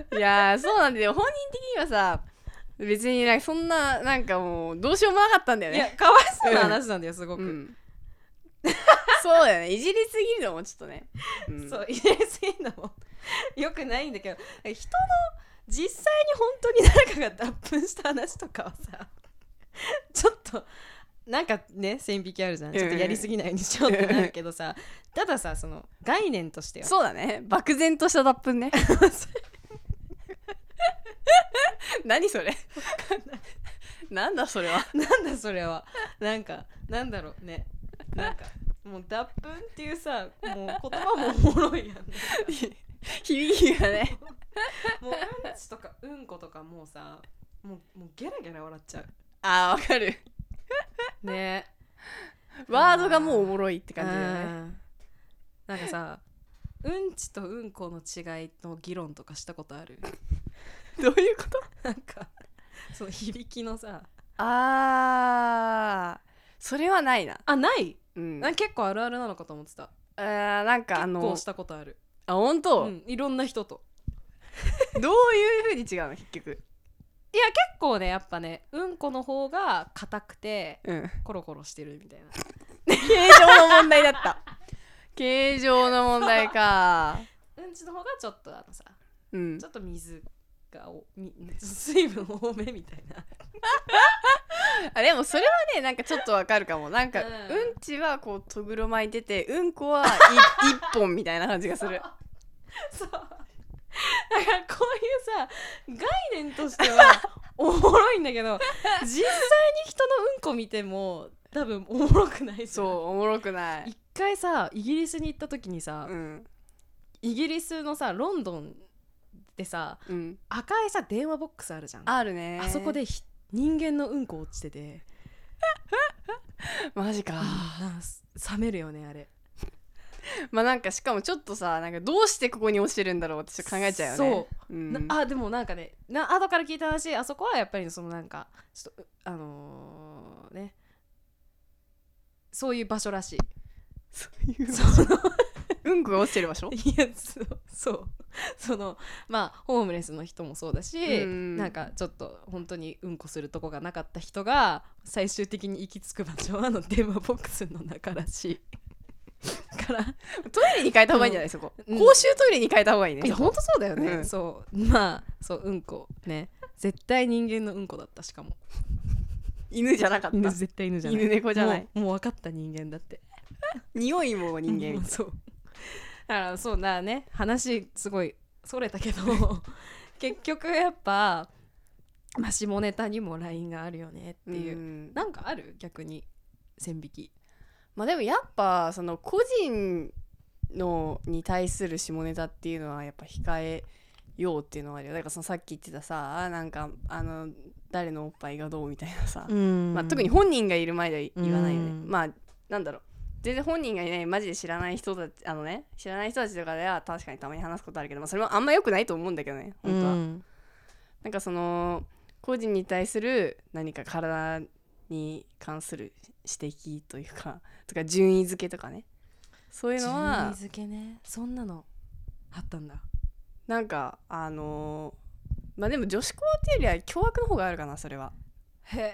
[SPEAKER 2] 説いやーそうなんだよ本人的にはさ別になんかそんななんかもうどうしようもなかったんだよ
[SPEAKER 1] い や
[SPEAKER 2] ね
[SPEAKER 1] かわいそうな話なんだよすごく、
[SPEAKER 2] うん そうだよねいじりすぎるのもちょっとね、うん
[SPEAKER 1] そういじりすぎるのもよくないんだけど人の実際に本当に誰かが脱粉した話とかはさちょっとなんかね線引きあるじゃんちょっとやりすぎないようにしようってなるけどさたださその概念としては
[SPEAKER 2] そうだね漠然とした脱粉ね 何それなんだそれは
[SPEAKER 1] なんだそれはなんかなんだろうねなんかもう脱粉っていうさもう言葉もおもろいやん
[SPEAKER 2] 響きがね
[SPEAKER 1] もううんちとかうんことかもうさもうもうゲラゲラ笑っちゃ
[SPEAKER 2] あーわかる
[SPEAKER 1] うね
[SPEAKER 2] ワードがもうおもろいって感じだよね
[SPEAKER 1] ねなんかさうんちとうんこの違いの議論とかしたことある
[SPEAKER 2] どういうこと
[SPEAKER 1] なんかその響きのさ
[SPEAKER 2] あーそれはないな
[SPEAKER 1] あない
[SPEAKER 2] うん
[SPEAKER 1] なんか結構あるあるなのかと思ってた
[SPEAKER 2] あーなんかあ
[SPEAKER 1] 結構
[SPEAKER 2] の
[SPEAKER 1] したことある
[SPEAKER 2] あ本当、
[SPEAKER 1] うんいろんな人と
[SPEAKER 2] どういう風に違うの結局
[SPEAKER 1] いや結構ねやっぱねうんこの方が硬くて
[SPEAKER 2] うん
[SPEAKER 1] コロコロしてるみたいな
[SPEAKER 2] 形状の問題だ った形状の問題か
[SPEAKER 1] うんちの方がちょっとあのさ
[SPEAKER 2] うん
[SPEAKER 1] ちょっと水がおみ水分多めみたいな
[SPEAKER 2] あでもそれはねなんかちょっとわかるかもなんか、
[SPEAKER 1] う
[SPEAKER 2] うんん、ちはこうとぐろ巻いててうんこ はい一本みたいな感じがする
[SPEAKER 1] そう だからこういうさ概念としてはおもろいんだけど実際に人のうんこ見ても多分おもろくない
[SPEAKER 2] そうおもろくない
[SPEAKER 1] 一回さイギリスに行った時にさ、
[SPEAKER 2] うん
[SPEAKER 1] イギリスのさロンドンでさ
[SPEAKER 2] うん
[SPEAKER 1] 赤いさ電話ボックスあるじゃんあ
[SPEAKER 2] あるね
[SPEAKER 1] そこでひ人間のうんこ落ちてて
[SPEAKER 2] マジか
[SPEAKER 1] なんかす冷めるよねあれ
[SPEAKER 2] まあなんかしかもちょっとさなんかどうしてここに落ちてるんだろうってちょっと考えちゃうよねそう、ん、
[SPEAKER 1] なあでもなんかねな後から聞いた話あそこはやっぱりそのなんかちょっとうあのーねそういう場所らしい
[SPEAKER 2] そういう
[SPEAKER 1] その
[SPEAKER 2] うんこが落ちてる場所
[SPEAKER 1] いやそうそうそのまあホームレスの人もそうだし
[SPEAKER 2] うん
[SPEAKER 1] なんかちょっと本当にうんこするとこがなかった人が最終的に行き着く場所はあの電話ボックスの中らしいから
[SPEAKER 2] トイレに変えた方がいいんじゃない、そこ、
[SPEAKER 1] うん
[SPEAKER 2] 公衆トイレに変えた方がいい
[SPEAKER 1] い
[SPEAKER 2] ね
[SPEAKER 1] や本当そうだよね、
[SPEAKER 2] うん
[SPEAKER 1] そうまあそううんこね絶対人間のうんこだったしかも
[SPEAKER 2] 犬じゃなかった
[SPEAKER 1] 犬絶対犬じゃない
[SPEAKER 2] 犬猫じゃない
[SPEAKER 1] もうもう分かった人間だって
[SPEAKER 2] 匂いも人間
[SPEAKER 1] もうそうだからそうだね話すごいそれたけど 結局やっぱ、まあ、下ネタにもラインがあるよねっていう、
[SPEAKER 2] ん
[SPEAKER 1] なんかある逆に線引き
[SPEAKER 2] まあでもやっぱその個人のに対する下ネタっていうのはやっぱ控えようっていうのはあるよだからそのさっき言ってたさなんかあの誰のおっぱいがどうみたいなさ、まあ、特に本人がいる前では言わないよね、
[SPEAKER 1] うん
[SPEAKER 2] まあなんだろう全然本人がいないマジで知らない人たちあのね知らない人たちとかでは確かにたまに話すことあるけど、まあ、それもあんま良くないと思うんだけどね本当は、
[SPEAKER 1] うん
[SPEAKER 2] なんかその個人に対する何か体に関する指摘というかとか順位付けとかねそういうのは
[SPEAKER 1] 順位付けねそんなのあったんだ
[SPEAKER 2] なんかあのーまあでも女子校っていうよりは凶悪の方があるかなそれは
[SPEAKER 1] へ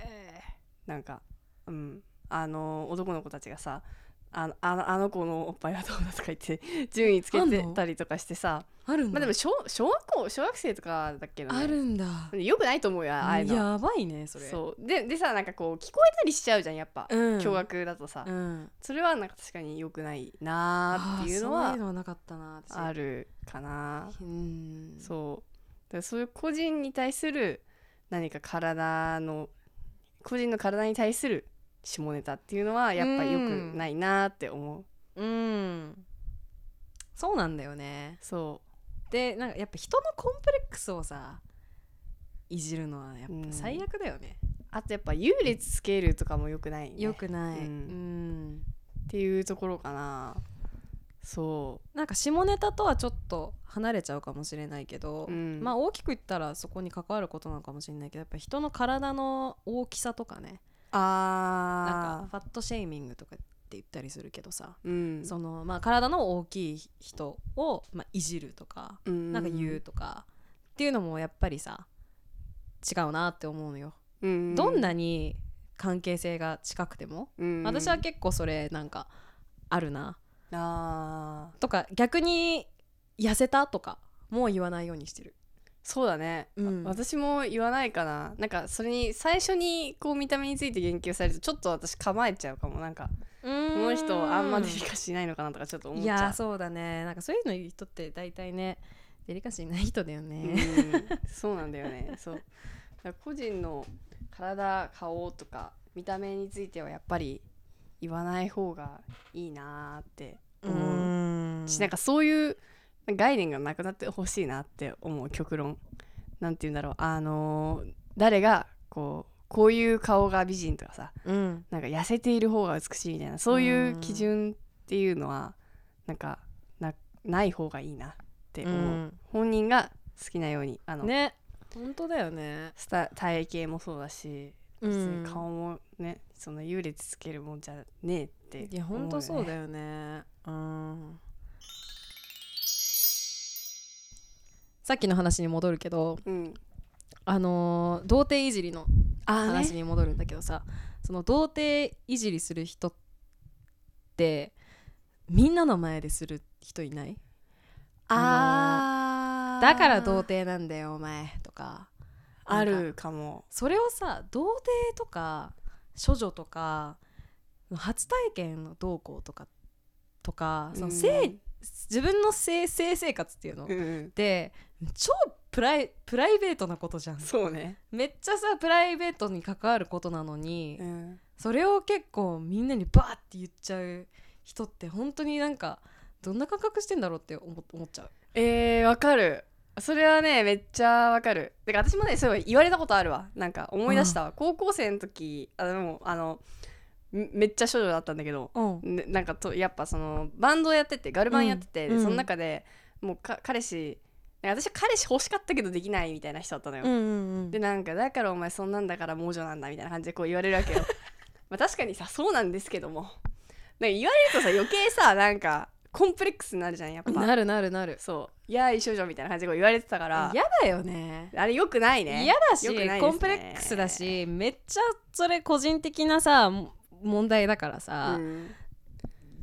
[SPEAKER 2] なんかうんあのー男の子たちがさあのあのあの子のおっぱいはどうだとか言って 順位つけてたりとかしてさ
[SPEAKER 1] あるん
[SPEAKER 2] ま
[SPEAKER 1] だ、
[SPEAKER 2] あでも小小学校小学生とかだっけどね
[SPEAKER 1] あるんだ
[SPEAKER 2] よくないと思うよああいうのは
[SPEAKER 1] やばいねそれ
[SPEAKER 2] そうででさなんかこう聞こえたりしちゃうじゃんやっぱ、
[SPEAKER 1] うん
[SPEAKER 2] 驚愕だとさ、
[SPEAKER 1] うん
[SPEAKER 2] それはなんか確かに良くないなーっていうの
[SPEAKER 1] あーそう
[SPEAKER 2] は
[SPEAKER 1] いうのはなかったな私
[SPEAKER 2] あるかな
[SPEAKER 1] うん
[SPEAKER 2] そうだからそういう個人に対する何か体の個人の体に対する下ネタっていうのはやっぱ良くないなーって思う、
[SPEAKER 1] うんそうなんだよね
[SPEAKER 2] そ
[SPEAKER 1] でなんかやっぱ人のコンプレックスをさいじるのはやっぱ
[SPEAKER 2] うん
[SPEAKER 1] 最悪だよね、
[SPEAKER 2] うあとやっぱ優劣つけるとかも良くない、ね、
[SPEAKER 1] よくない、
[SPEAKER 2] う
[SPEAKER 1] うんん
[SPEAKER 2] っていうところかなそ
[SPEAKER 1] なんか下ネタとはちょっと離れちゃうかもしれないけど、
[SPEAKER 2] うん
[SPEAKER 1] まあ大きく言ったらそこに関わることなのかもしれないけどやっぱ人の体の大きさとか
[SPEAKER 2] う
[SPEAKER 1] ね
[SPEAKER 2] あ
[SPEAKER 1] なんかファットシェーミングとかって言ったりするけどさ、
[SPEAKER 2] うん
[SPEAKER 1] そのまあ、体の大きい人を、まあ、いじるとか
[SPEAKER 2] な
[SPEAKER 1] なんか言うとか、っていうのもやっぱりさ違うなって思うのよ、
[SPEAKER 2] うん
[SPEAKER 1] どんなに関係性が近くても、
[SPEAKER 2] うん
[SPEAKER 1] 私は結構それなんかあるな
[SPEAKER 2] あー
[SPEAKER 1] とか逆に痩せたとかもう言わないようにしてる
[SPEAKER 2] そうだね、
[SPEAKER 1] うん
[SPEAKER 2] わ私も言わないかななんかそれに最初にこう見た目について言及されるとちょっと私構えちゃうかもなんか
[SPEAKER 1] こ
[SPEAKER 2] この
[SPEAKER 1] の
[SPEAKER 2] 人あんまデリカシーないのかなとかちょっと思っ
[SPEAKER 1] い
[SPEAKER 2] ちゃ
[SPEAKER 1] や
[SPEAKER 2] う
[SPEAKER 1] そうだねなんかそういうの言う人って大体ねデリカシーない人だよね、
[SPEAKER 2] うん そうなんだよねそうだから個人の体顔とか見た目についてはやっぱり言わない方がいいなーって思うしなんかそういう概念がなくなってほしいなって思う極論なんて言うんだろうあのー誰がこうこういう顔が美人とかさ
[SPEAKER 1] うん
[SPEAKER 2] なんか痩せている方が美しいみたいなそういう基準っていうのはなんかなない方がいいなって思う、本人が好きなようにあの、
[SPEAKER 1] ね本当だよね
[SPEAKER 2] スタ体型もそうだし
[SPEAKER 1] う
[SPEAKER 2] 別に
[SPEAKER 1] ん
[SPEAKER 2] 顔もね、その優劣つけるもんじゃねえって
[SPEAKER 1] いや本当そうだ
[SPEAKER 2] よね
[SPEAKER 1] よねうんさっきの話に戻るけど
[SPEAKER 2] うん
[SPEAKER 1] あのー童貞いじりの
[SPEAKER 2] あー
[SPEAKER 1] 話
[SPEAKER 2] ね
[SPEAKER 1] に戻るんだけどさ、その童貞いじりする人ってみんなの前でする人いない
[SPEAKER 2] あー
[SPEAKER 1] だから童貞なんだよお前とか
[SPEAKER 2] あるかも
[SPEAKER 1] それをさ童貞とか処女とか初体験のどうこうとかとかその性、自分の性性生活っていうのっ
[SPEAKER 2] うんうん
[SPEAKER 1] て超プライプライベートなことじゃん
[SPEAKER 2] そうね、
[SPEAKER 1] めっちゃさプライベートに関わることなのに、
[SPEAKER 2] うん、
[SPEAKER 1] それを結構みんなにバーって言っちゃう人って本当になんかどんな感覚してんだろうって思思っちゃう。
[SPEAKER 2] えー、わかるそれはねめっちゃわかるてか私もねそういえば言われたことあるわなんか思い出したわ、高校生の時あでもあのめめっちゃ少女だったんだけど
[SPEAKER 1] うん
[SPEAKER 2] ねなんかとやっぱそのバンドやっててガルバンやってて、
[SPEAKER 1] うん
[SPEAKER 2] で
[SPEAKER 1] うん
[SPEAKER 2] その中でもうか彼氏なんか私は彼氏欲しかったけどできないみたいな人だったのよ、
[SPEAKER 1] うん
[SPEAKER 2] でなんかだからお前そんなんだから猛女なんだみたいな感じでこう言われるわけよ まあ確かにさそうなんですけどもなんか言われるとさ余計さなんかコンプレックスになるじゃんやっぱ
[SPEAKER 1] なるなるなる。
[SPEAKER 2] そう「いや一緒じゃん」みたいな感じでこう言われてたから
[SPEAKER 1] 嫌だよね。
[SPEAKER 2] あれよくないね
[SPEAKER 1] 嫌だし、
[SPEAKER 2] 良くないですね
[SPEAKER 1] コンプレックスだしめっちゃそれ個人的なさも問題だからさ
[SPEAKER 2] う、ん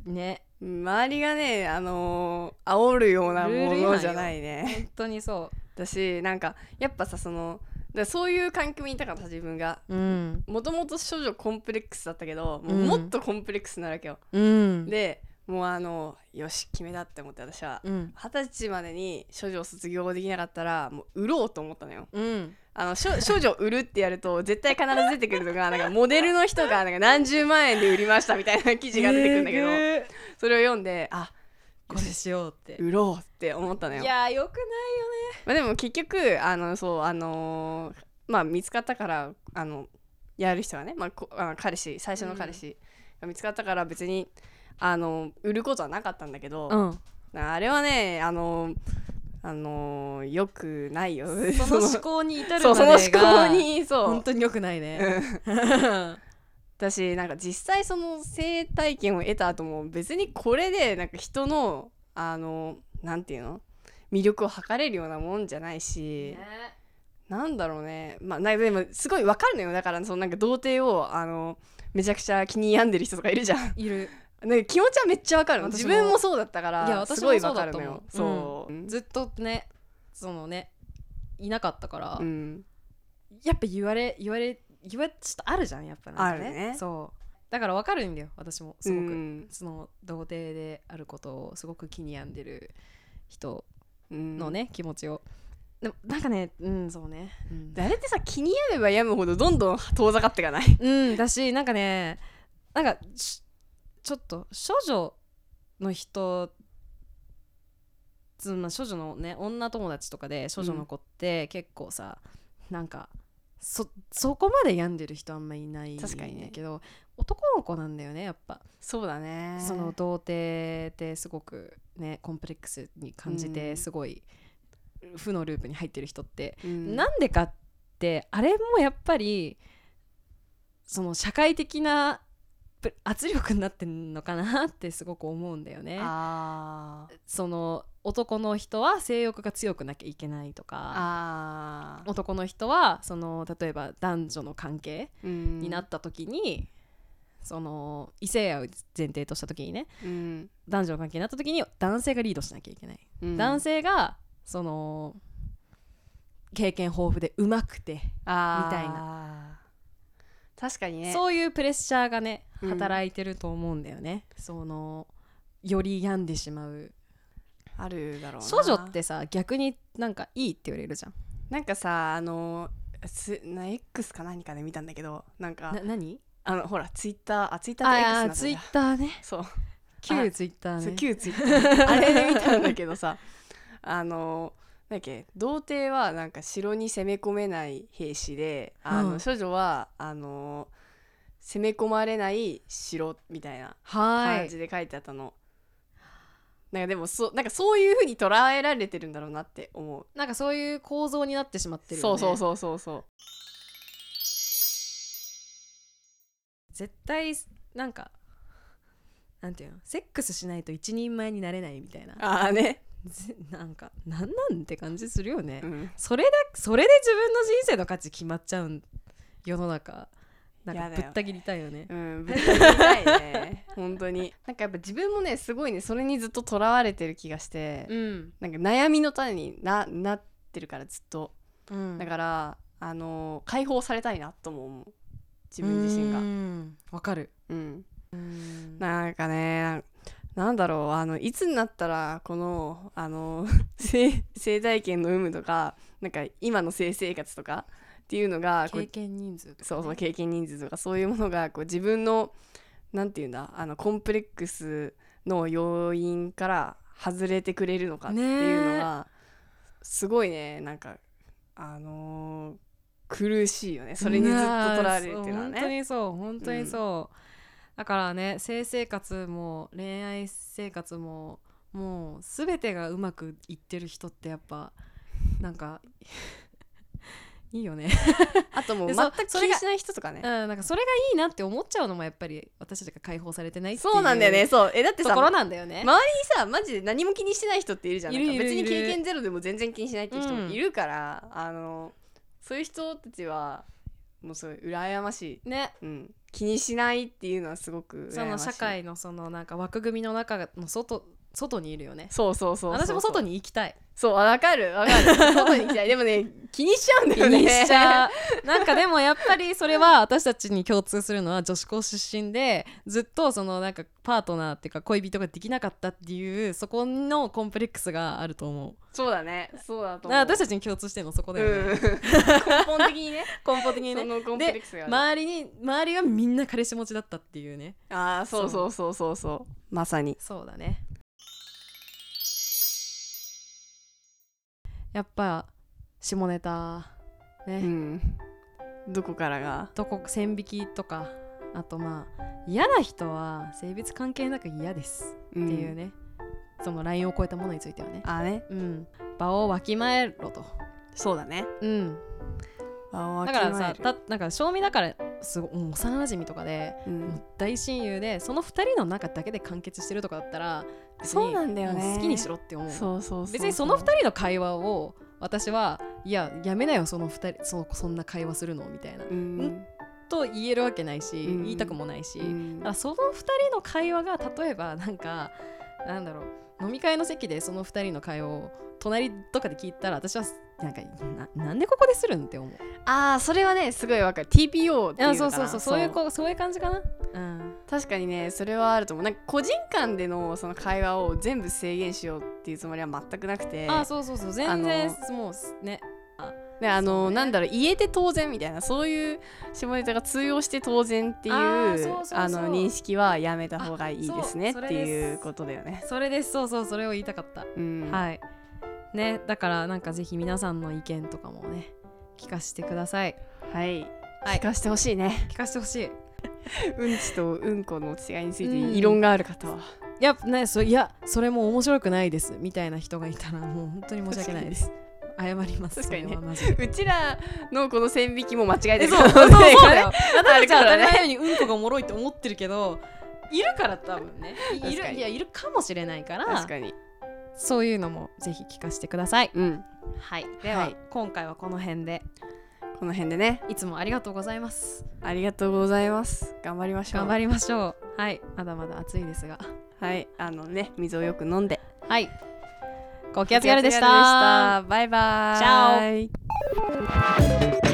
[SPEAKER 1] ね
[SPEAKER 2] 周りがねあのー煽るようなものじゃないね
[SPEAKER 1] 本当にそ
[SPEAKER 2] だしなんかやっぱさそのだからそういう環境にいたからさ自分が
[SPEAKER 1] う。うん
[SPEAKER 2] もともと少女コンプレックスだったけどもう
[SPEAKER 1] うん
[SPEAKER 2] もっとコンプレックスになるわけよ、
[SPEAKER 1] うん
[SPEAKER 2] でもうあのよし決めたって思って私は
[SPEAKER 1] うん
[SPEAKER 2] 二十歳までに少女を卒業できなかったらもう売ろうと思ったのよ
[SPEAKER 1] うん
[SPEAKER 2] あ の少少女売るってやると絶対必ず出てくるのがなんかモデルの人がなんか何十万円で売りましたみたいな記事が出てくるんだけど、
[SPEAKER 1] え
[SPEAKER 2] それを読んであ
[SPEAKER 1] ーこれしようって。
[SPEAKER 2] 売ろうって思ったのよ
[SPEAKER 1] いやーよく
[SPEAKER 2] まあ、でも結局あのそうあのーまあ見つかったからあのやる人はね、まあ、こあの彼氏最初の彼氏が見つかったから別に、あの売ることはなかったんだけど、
[SPEAKER 1] ない。うん
[SPEAKER 2] あれはねあのあのー、よくないよ
[SPEAKER 1] その思考に至る
[SPEAKER 2] そ
[SPEAKER 1] ま
[SPEAKER 2] うそ
[SPEAKER 1] で
[SPEAKER 2] の
[SPEAKER 1] が
[SPEAKER 2] 思考にそう
[SPEAKER 1] 本当に良くないね。
[SPEAKER 2] 私なんか実際その性体験を得た後も別にこれでなんか人のあのなんていうの魅力を測れるようなもんじゃないし、なんだろうねまあなんかでもすごいわかるのよだからそのなんか童貞をあのめちゃくちゃ気に病んでる人とかいるじゃん
[SPEAKER 1] いる。
[SPEAKER 2] なんか気持ちはめっちゃわかるの
[SPEAKER 1] 私
[SPEAKER 2] 自
[SPEAKER 1] も
[SPEAKER 2] 分もそうだったか
[SPEAKER 1] いや
[SPEAKER 2] ら
[SPEAKER 1] 私も
[SPEAKER 2] すごいわかるのよ
[SPEAKER 1] そうだと
[SPEAKER 2] そ
[SPEAKER 1] 思
[SPEAKER 2] う、うん
[SPEAKER 1] ずっとねそのねいなかったから、
[SPEAKER 2] うん
[SPEAKER 1] やっぱ言われ言われ言われちょっとあるじゃんやっぱなんかね
[SPEAKER 2] あるね
[SPEAKER 1] そうだからわかるんだよ私もすごく、
[SPEAKER 2] うん
[SPEAKER 1] その童貞であることをすごく気に病んでる人
[SPEAKER 2] うん
[SPEAKER 1] のね、気持ちをでもなんかねうんそうねうん
[SPEAKER 2] であれってさ気に病めば病むほどどんどん遠ざかっていかない
[SPEAKER 1] うんだしなんかねなんかしちょっと処女の人つまり処女のね女友達とかで処女の子って結構さ、なんかそそこまで病んでる人あんまいないんだ
[SPEAKER 2] 確かにね
[SPEAKER 1] けど、男の子なんだよねやっぱ、
[SPEAKER 2] そうだね
[SPEAKER 1] その童貞ってすごくねコンプレックスに感じ
[SPEAKER 2] う
[SPEAKER 1] て
[SPEAKER 2] ん
[SPEAKER 1] すごい負のループに入ってる人って
[SPEAKER 2] うん
[SPEAKER 1] なんでかってあれもやっぱりその社会的なプ圧力になってんのかなってすごく思うんだよね。
[SPEAKER 2] あー
[SPEAKER 1] その男の人は性欲が強くなきゃいけないとか
[SPEAKER 2] あー
[SPEAKER 1] 男の人はその例えば男女の関係
[SPEAKER 2] うん
[SPEAKER 1] になった時に、その異性愛を前提とした時にね
[SPEAKER 2] うん
[SPEAKER 1] 男女の関係になった時に男性がリードしなきゃいけない、
[SPEAKER 2] うん
[SPEAKER 1] 男性がその経験豊富でうまくて
[SPEAKER 2] あー
[SPEAKER 1] みたい
[SPEAKER 2] 確かにね
[SPEAKER 1] そういうプレッシャーがね
[SPEAKER 2] うん
[SPEAKER 1] 働いてると思うんだよね、そのより病んでしまう
[SPEAKER 2] あるだろうな
[SPEAKER 1] 少女ってさ逆になんかいいって言われるじゃん
[SPEAKER 2] なんかさあのすな X か何かで見たんだけどなんか
[SPEAKER 1] な何
[SPEAKER 2] あのほらツイッターあツイッター
[SPEAKER 1] あ
[SPEAKER 2] と X な
[SPEAKER 1] あ
[SPEAKER 2] んだ
[SPEAKER 1] ツイッターね
[SPEAKER 2] そう
[SPEAKER 1] 旧ツイッター
[SPEAKER 2] そう
[SPEAKER 1] ね
[SPEAKER 2] 旧ツイッター あれで見たんだけどさあのなんだっけ童貞はなんか城に攻め込めない兵士であの、
[SPEAKER 1] うん
[SPEAKER 2] 少女はあの攻め込まれない城みたいな
[SPEAKER 1] は
[SPEAKER 2] 感
[SPEAKER 1] い
[SPEAKER 2] じで書いてあったの、なんかでもそうなんかそういうふうに捉えられてるんだろうなって思う
[SPEAKER 1] なんかそういう構造になってしまってるよね
[SPEAKER 2] そうそうそうそうそう
[SPEAKER 1] 絶対なんかなんていうのセックスしないと一人前になれないみたいな
[SPEAKER 2] ああね、
[SPEAKER 1] ぜなんかなんなんって感じするよね、
[SPEAKER 2] うん、
[SPEAKER 1] それだそれで自分の人生の価値決まっちゃうん世の中なん
[SPEAKER 2] や
[SPEAKER 1] か
[SPEAKER 2] だ
[SPEAKER 1] ぶ
[SPEAKER 2] よ
[SPEAKER 1] った切りたいよね
[SPEAKER 2] うん、ぶっちゃけたいね本当に なんかやっぱ自分もねすごいねそれにずっととらわれてる気がして、
[SPEAKER 1] うん、
[SPEAKER 2] なんか悩みの種にななってるからずっと
[SPEAKER 1] うん、
[SPEAKER 2] だ
[SPEAKER 1] か
[SPEAKER 2] から、あの解放されたいなとも思う自分自身がうん
[SPEAKER 1] がわかるうん
[SPEAKER 2] なんかねなんだろうあのいつになったらこのあの 性性体験の有無とかなんか今の性生活とかっていうのがこう
[SPEAKER 1] 経験人数とかね、
[SPEAKER 2] そうそう経験人数とかそういうものがこう自分のなんていうんだあのコンプレックスの要因から外れてくれるのかっていうのは、すごいねなんかあのー苦しいよねそれにずっととらわれるっていうのは
[SPEAKER 1] そう本当
[SPEAKER 2] ね。
[SPEAKER 1] にそう本当にそう、だからね性生活も恋愛生活ももう全てがうまくいってる人ってやっぱなんか いいよね、
[SPEAKER 2] あともう
[SPEAKER 1] で
[SPEAKER 2] 全
[SPEAKER 1] そう
[SPEAKER 2] く
[SPEAKER 1] そ
[SPEAKER 2] 気
[SPEAKER 1] れ
[SPEAKER 2] に
[SPEAKER 1] が
[SPEAKER 2] しない人とかね
[SPEAKER 1] うん、。なんかそれがいいなって思っちゃうのもやっぱり私たちが解放されてないっていう
[SPEAKER 2] そうなんだよねそうえだって
[SPEAKER 1] と
[SPEAKER 2] さ
[SPEAKER 1] ころ
[SPEAKER 2] 周りに
[SPEAKER 1] なんだよね、
[SPEAKER 2] さマジで何も気にしてない人っているじゃんない
[SPEAKER 1] いるいる
[SPEAKER 2] 別に
[SPEAKER 1] いる
[SPEAKER 2] 経験ゼロでも全然気にしないっていう人
[SPEAKER 1] う
[SPEAKER 2] も
[SPEAKER 1] ん
[SPEAKER 2] いるから、あのそういう人たちはもうすごい羨ましい
[SPEAKER 1] ね
[SPEAKER 2] うん、気にしないっていうのはすごく
[SPEAKER 1] そ
[SPEAKER 2] 羨ま
[SPEAKER 1] の
[SPEAKER 2] しい
[SPEAKER 1] 社会のそのなんか枠組みの中の外外にいるよね
[SPEAKER 2] そうそうそう
[SPEAKER 1] 私も外
[SPEAKER 2] に
[SPEAKER 1] に行きたい
[SPEAKER 2] そうわかるわかる 外に行きたいでもね気にしちゃうんだ
[SPEAKER 1] 気
[SPEAKER 2] よね
[SPEAKER 1] にしちゃうなんかでもやっぱりそれは私たちに共通するのは女子校出身でずっとそのなんかパートナーっていうか恋人ができなかったっていうそこのコンプレックスがあると思う
[SPEAKER 2] そうだねそうだと思う
[SPEAKER 1] だから私たちに共通してるのそこ
[SPEAKER 2] うん
[SPEAKER 1] だよね、
[SPEAKER 2] 根本的にね
[SPEAKER 1] 根本的 に
[SPEAKER 2] そ
[SPEAKER 1] ね
[SPEAKER 2] のコンプレックスが、
[SPEAKER 1] 周りに周りがみんな彼氏持ちだったっていうね
[SPEAKER 2] ああそうそうそうそうそうまさに
[SPEAKER 1] そうだねやっぱ下ネタね、
[SPEAKER 2] うんどこからが
[SPEAKER 1] どこ線引きとかあとまあ嫌な人は性別関係なく嫌です
[SPEAKER 2] って
[SPEAKER 1] っていうね、そのラインを超えたものについてはね
[SPEAKER 2] ああね
[SPEAKER 1] うん場をわきまえろと。
[SPEAKER 2] そうだね
[SPEAKER 1] うん、だからさたなんか正味だからすごいもう幼馴染とかでもう大親友でその2人の中だけで完結してるとかだったら別に
[SPEAKER 2] そうなんだよね
[SPEAKER 1] もう好きにしろって思う
[SPEAKER 2] そうそうそう
[SPEAKER 1] 別にその2人の会話を私はいややめなよその2人そそんな会話するのみたいな
[SPEAKER 2] うん
[SPEAKER 1] と言えるわけないし、
[SPEAKER 2] うん
[SPEAKER 1] 言いたくもないし、
[SPEAKER 2] うん
[SPEAKER 1] だからその2人の会話が例えばなんかなんだろう飲み会の席でその2人の会話を隣とかで聞いたら私はなんかななんでここでするんって思う
[SPEAKER 2] ああそれはねすごいわかる TPO っていうのかな
[SPEAKER 1] あそうそうそうそういうこうそういう感じかなうん
[SPEAKER 2] 確かにねそれはあると思うなんか個人間でのその会話を全部制限しようっていうつもりは全くなくて
[SPEAKER 1] あそうそうそう全然もうね
[SPEAKER 2] ねあ
[SPEAKER 1] そ
[SPEAKER 2] の
[SPEAKER 1] うね
[SPEAKER 2] なんだろう言えて当然みたいなそういう下ネタが通用して当然っていう
[SPEAKER 1] あ
[SPEAKER 2] あ
[SPEAKER 1] ーそうそうそう
[SPEAKER 2] の認識はやめた方がいいですね
[SPEAKER 1] あ
[SPEAKER 2] っ
[SPEAKER 1] そう
[SPEAKER 2] て
[SPEAKER 1] それ
[SPEAKER 2] い
[SPEAKER 1] で
[SPEAKER 2] う
[SPEAKER 1] す
[SPEAKER 2] ことだよね。
[SPEAKER 1] それですそうそうそれを言いたかった、
[SPEAKER 2] うん
[SPEAKER 1] はいねだからなんかぜひ皆さんの意見とかもね聞かせてください
[SPEAKER 2] はい、
[SPEAKER 1] はい
[SPEAKER 2] 聞かせてほしいね
[SPEAKER 1] 聞かせてほしい
[SPEAKER 2] うんちとうんこの違いについて
[SPEAKER 1] うん
[SPEAKER 2] 異論がある方は、
[SPEAKER 1] いやねそいやそれも面白くないですみたいな人がいたらもう本当に申し訳 ないです謝ります
[SPEAKER 2] 確かにね
[SPEAKER 1] それはマジで
[SPEAKER 2] うちらのこの線引きも間違えて
[SPEAKER 1] え
[SPEAKER 2] る
[SPEAKER 1] そう
[SPEAKER 2] 可
[SPEAKER 1] そうそう
[SPEAKER 2] 能性が
[SPEAKER 1] だよ私たちは当
[SPEAKER 2] あ
[SPEAKER 1] たり
[SPEAKER 2] るからね
[SPEAKER 1] 前のようにうんこがおもろいって思ってるけどいるから多分 ねいい
[SPEAKER 2] 確か
[SPEAKER 1] る
[SPEAKER 2] に
[SPEAKER 1] いやいるかもしれないから
[SPEAKER 2] 確かに、
[SPEAKER 1] そういうのもぜひ聞かせてください
[SPEAKER 2] うん、
[SPEAKER 1] はいでは、
[SPEAKER 2] はい
[SPEAKER 1] 今回はこの辺で
[SPEAKER 2] この辺でね
[SPEAKER 1] いつもありがとうございます
[SPEAKER 2] ありがとうございます頑張りましょう
[SPEAKER 1] 頑張りましょうはいまだまだ暑いですが
[SPEAKER 2] はいあのね水をよく飲んで
[SPEAKER 1] はいご
[SPEAKER 2] 気
[SPEAKER 1] きあつがるでした
[SPEAKER 2] バイバイ
[SPEAKER 1] チャ
[SPEAKER 2] オ